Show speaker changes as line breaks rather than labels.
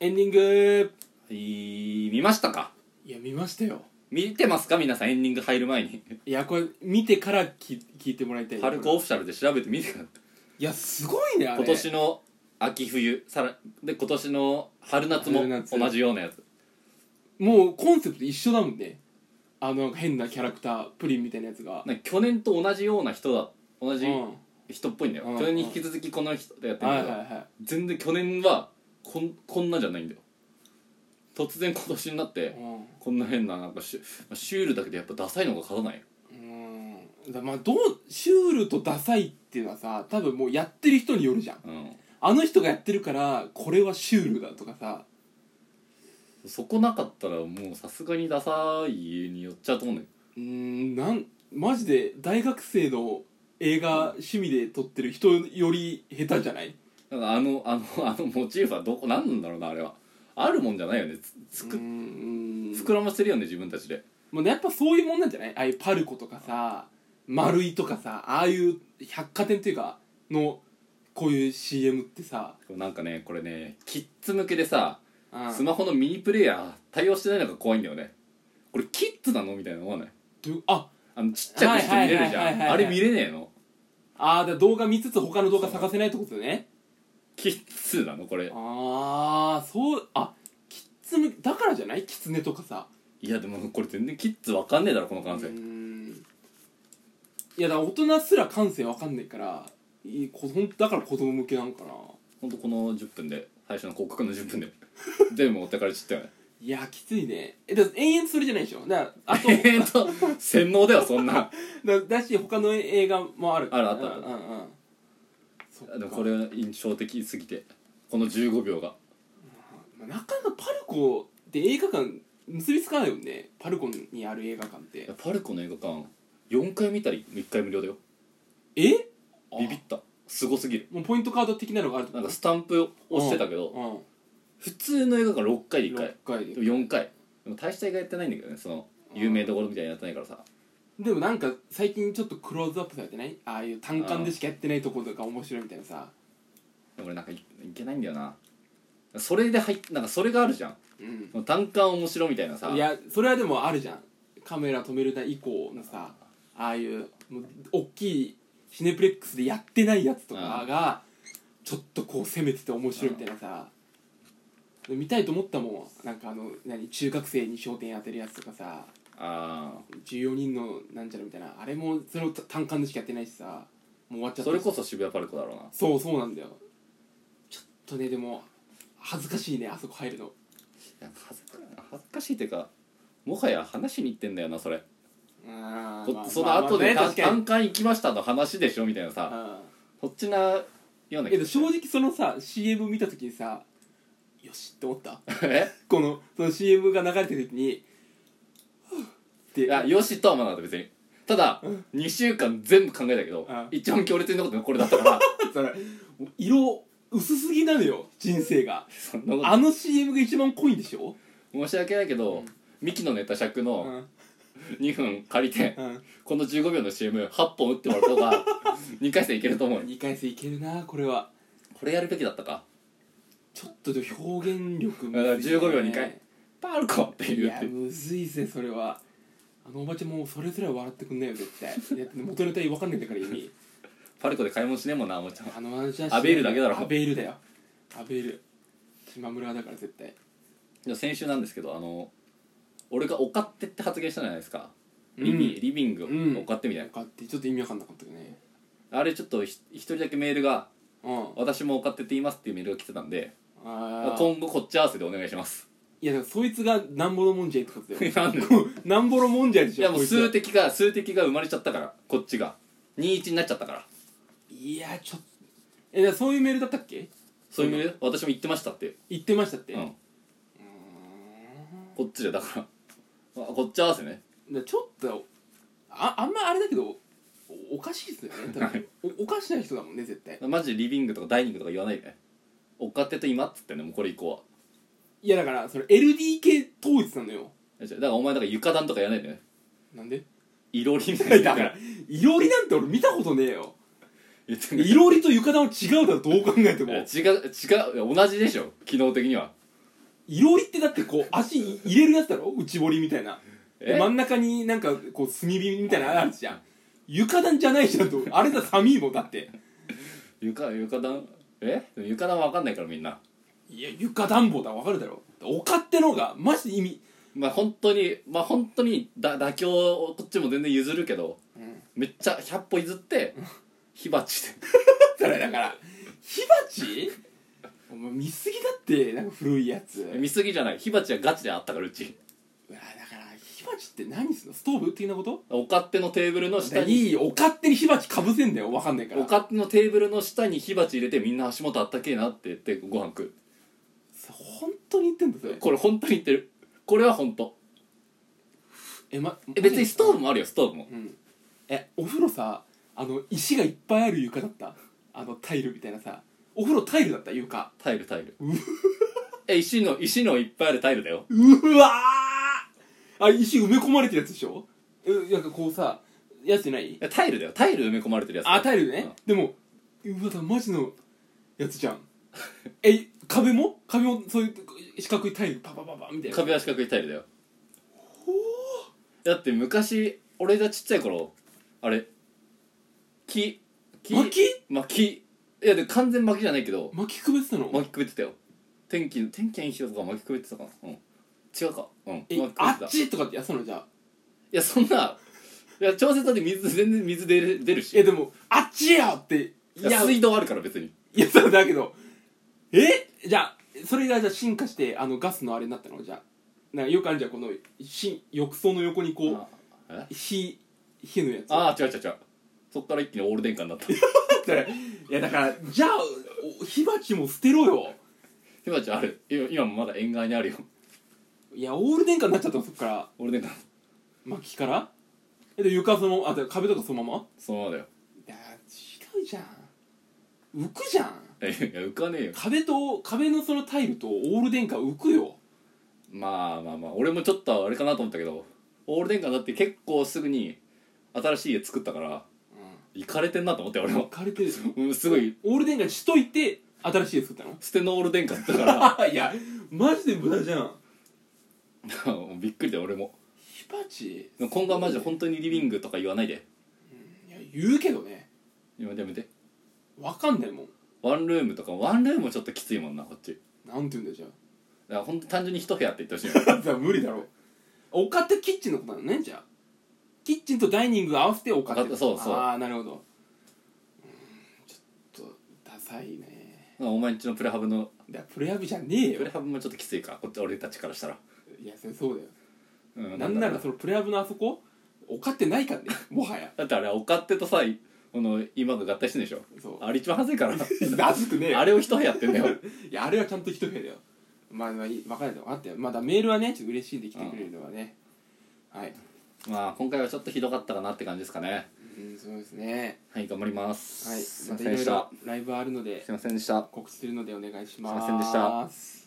エンディング
い見ましたか
いや見ましたよ
見てますか皆さんエンディング入る前に
いやこれ見てからき聞いてもらいたい
ハルコオフィシャルで調べてみてください
いやすごいねあれ
今年の秋冬さらで今年の春夏も
春夏
同じようなやつ
もうコンセプト一緒だもんねあのなんか変なキャラクタープリンみたいなやつが
なんか去年と同じような人だ同じ
うん
人っぽいんだよ、
うん
去年に引き続きこの人でやってる
は
け
い
ど、
はいは
全然去年はこんこんなじゃないんだよ突然今年になって
いうん
こんな変ななんかシュシュールだけどやっぱダサいのが勝たないよ
うんだまあどうシュールとダサいっていうのはさ多分もうやってる人によるじゃん
うん
あの人がやってるからこれはシュールだとかさ
そこなかったらもうさすがにダサいに寄っちゃうと思うんだよ
うーんなんマジで大学生の映画趣味で撮ってる人より下手じゃない
なんかあのあのあのモチーフはどこ何なんだろうなあれはあるもんじゃないよねつ
う
作
ーん
膨らませてるよね自分たちで
もうねやっぱそういうもんなんじゃないああいうパルコとかさ丸いとかさああいう百貨店というかのこういう CM ってさ、
なんかねこれねキッズ向けでさ
うん
スマホのミニプレイヤー対応してないのが怖いんだよねこれキッズなのみたいな思わない
どあ
あのちっちゃくして見れるじ
はいはいはいは
ゃ
い
ん
はい
あれ見れねえの
あーだから動画見つつ他の動画探せないってことだね
キッズなのこれ
ああそうあキッズ向だからじゃないキツネとかさ
いやでもこれ全然キッズわかんねえだろこの感性
うーんいやだから大人すら感性わかんないからいいこほんだから子供向けなのかな
ほんとこの10分で最初の広告の10分で 全部持ってかれちゃったよね
いやきついねえだから延々それじゃないでしょだからあと
えーっと洗脳ではそんな
だだし他の映画もある
あるあった
うんうんうんそっか
でもこれは印象的すぎてこの15秒が
まあなかなかパルコで映画館結びつかないよねパルコにある映画館って
パルコの映画館4回見たり1回無料だよ
え
ビビったすごすぎる
もうポイントカード的なのがあるってこ
なん
と
かスタンプ押してたけど
うん
普通の映画館6回で1
6
回
回
で
で
も4回でも大した映画やってないんだけどねその有名どころみたいにやってないからさ
でもなんか最近ちょっとクローズアップされてないああいう単館でしかやってないところが面白いみたいなさ
俺なんかいいけないんだよなそれで入っなんかそれがあるじゃん
うん
単価面白みたいなさ
いやそれはでもあるじゃんカメラ止めるな以降のさああいうもう大きいシネプレックスでやってないやつとかがちょっとこう攻めてて面白いみたいなさ見たいと思ったもんなんかあの何中学生に焦点当てるやつとかさ
あ
14人のなんちゃらみたいなあれもそれを単館でしかやってないしさもう終わっちゃ
ー
った
それ
し
こそ渋谷パルコだろうな
そうそうなんだよちょっとねでも恥ずかしいねあそこ入るの
なんか恥ずか恥ずかしいっていうかもはや話しに行ってんだよなそれ、
あ
こその後で
まあまあね確かに
単単価行きましたの話でしょみたいなさ
うん
そっちなような気
え
がす
正
る
直そのさ CM 見た時にさよしって思った
え
このその CM が流れてる時に
いやよしとは思わなかった別にただ、2週間全部考えたけど、
うん
一番強烈に残ったのはこれだったから
それ色薄すぎなのよ人生が
そんなこと
あの CM が一番濃いんでしょ
申し訳ないけど、ミキのネタ尺
う
の
ん
2分借りて、
うん
この15秒の CM8 本打ってもらった方が2回戦いけると思う
2回戦いけるなこれは
これやるべきだったか
ちょっとでも表現力む
だから
ずいね
15秒2回パルコって
い
言うっ
や
て
むずいぜそれはあのおばちゃんもうそれぞれ笑ってくんないよ絶対いや元ネタ分かんないんだから意味
パルコで買い物しねえもんなあもちゃん
あの話は
アベールだけだろ
アベールだよアベール島村だから絶対
じゃあ先週なんですけどあの俺が「おかって」って発言したじゃないですか
うん
リビ,、リビング
うん
をおかってみたい
なんかってちょっと意味わかんなかったよね
なあれちょっとひ一人だけメールが
うん
「私もおかってって言います」っていうメールが来てたんで
あー
今後こっち合わせでお願いします
いやでもそいつがなんぼのもんじゃいってことだよ
なんで
なんぼのもんじゃいで
い
しょ
やもう
こいつ
数的が数的が生まれちゃったからこっちが21になっちゃったから
いやちょっとえだからそういうメールだったっけ
そういうメール私も言ってましたって
言ってましたって、
う
うーん
んこっちでだからまあこっち合わせね
だからちょっとああんまあれだけどおおかしいっすよね多分
はい
おおかしな人だもんね絶対
マジでリビングとかダイニングとか言わないでねおかってと今っつってねもうこれ以降はい
やだからそれ LDK 統一なのよ
だからお前だから床暖とか言わないでね
なんで
いろりみたいな
だからいろりなんて俺見たことねえよ
言って
いろりと床暖は違うだろどう考えて
いや
も
違う違ういや同じでしょ機能的には
色いってだってこう足入れるやつだろ内堀みたいな
え
真ん中になんかこう炭火みたいなのあるじゃん床暖じゃないじゃんとあれだ寒いもんだって
床床暖えでも床暖わかんないからみんない
や床暖房だわかるだろ丘ってのがマジで意味
まあ本当にまあ本当にだ妥協をこっちも全然譲るけど
うん
めっちゃ100歩譲って火鉢で
それだから火鉢お前見すぎだってなんか古いやつうわだ
見すぎじゃない火鉢はガチであったからうち
から火鉢って何すんのストーブ的なこと
お勝手のテーブルの下に
いいよお勝手に火鉢かぶせんだよわかんないから
お勝手のテーブルの下に火鉢入れてみんな足元あったけえなって言ってご飯食
本当に言ってんだそれ
うこれ本当に言ってるこれは本当
え,、ま、
え別にストーブもあるよストーブも
うん、えお風呂さあの石がいっぱいある床だったあのタイルみたいなさお風呂タイルだった床
タイルタイル え石の石のいっぱいあるタイルだよ
うわーあ石埋め込まれてるやつでしょえなんかこうさやつじゃない
えタイルだよタイル埋め込まれてるやつ
あタイルね、でもうわだマジのやつじゃんえ壁も壁もそういう四角いタイルパパパパみたいな
壁は四角いタイルだよだって昔俺がちっちゃい頃あれ木木
薪
薪いやで完全薪じゃないけど
巻きくべってたの、
巻きくべってたよ天気天気のいい日とか巻きくべってたかなうん違うかうん巻き
え
くべってた
あっちとかってやつなのじゃあ
いやそんないや調節だって水全然水出る出るし
えでもあっちやって
いや水道あるから別に
いや、そうだけど、えじゃあ、それがじゃあ進化して、あの、ガスのあれになったのじゃあ。なんかよくあるじゃん、この、し浴槽の横にこう、
え
火、火のやつ。
あー違う違う違うそっから一気にオール電化になった
って。いや、だから、じゃあ、お火鉢も捨てろよ。
今ちゃんある今今もまだ沿岸にあるよ
いや、オール電化になっちゃったの、そっから。
オール電化
薪から。え、で、床その、あ、で壁とかそのまま
そのままだよ
いや、違うじゃん。浮くじゃん。
いや浮かねえよ
壁と、壁のそのタイルとオール電化浮くよ。
まあまあまあ俺もちょっとあれかなと思ったけどオール電化だって結構すぐに新しい家作ったから行かれてんなと思って俺
うん。
も
枯れてる。
うんすごい
オール電化にしといて、新しいやつ作ったの
捨てのオール電化だったか
いやマジで無駄じゃん
らもう びっくりだよ俺も
火鉢
今後はマジで本当にリビングとか言わないで
いや言うけどね
やめてやめて
わかんないもん
ワンルームとかワンルームもちょっときついもんなこっち
なんて言うんだよじゃ
だから本当単純に一部屋って言ってほしいよ
あ だから無理だろおかってキッチンのことなのねじゃあキッチンとダイニング合わせておかって
おかそうそう
ああなるほどうんちょっとダサいね
お前んちのプレハブの
だからプレハブじゃねえ
プレ
よ
ハブもちょっときついかこっち俺たちからしたら、
いやそれそうだよ
うん、
なんなら
だ
そのプレハブのあそこおかってないからねもはや
だってあれお勝手とさこの今が合体してんでしょ
そう
あれ一番恥ずい から
まずくねえよ
あれを一部屋ってんだよ
いやあれはちゃんと一部屋だよまあまあいい分かるよ分かったよまあだからメールはねちょっと嬉しいんで来てくれるのはね、はい
まあ今回はちょっとひどかったかなって感じですかね
うんそうですね
はい頑張りま
はい
す
また
す
い
いません
ろ
で
い
した
ろライブあるのです
いませんでした
告知するのでお願いします
すいませんでした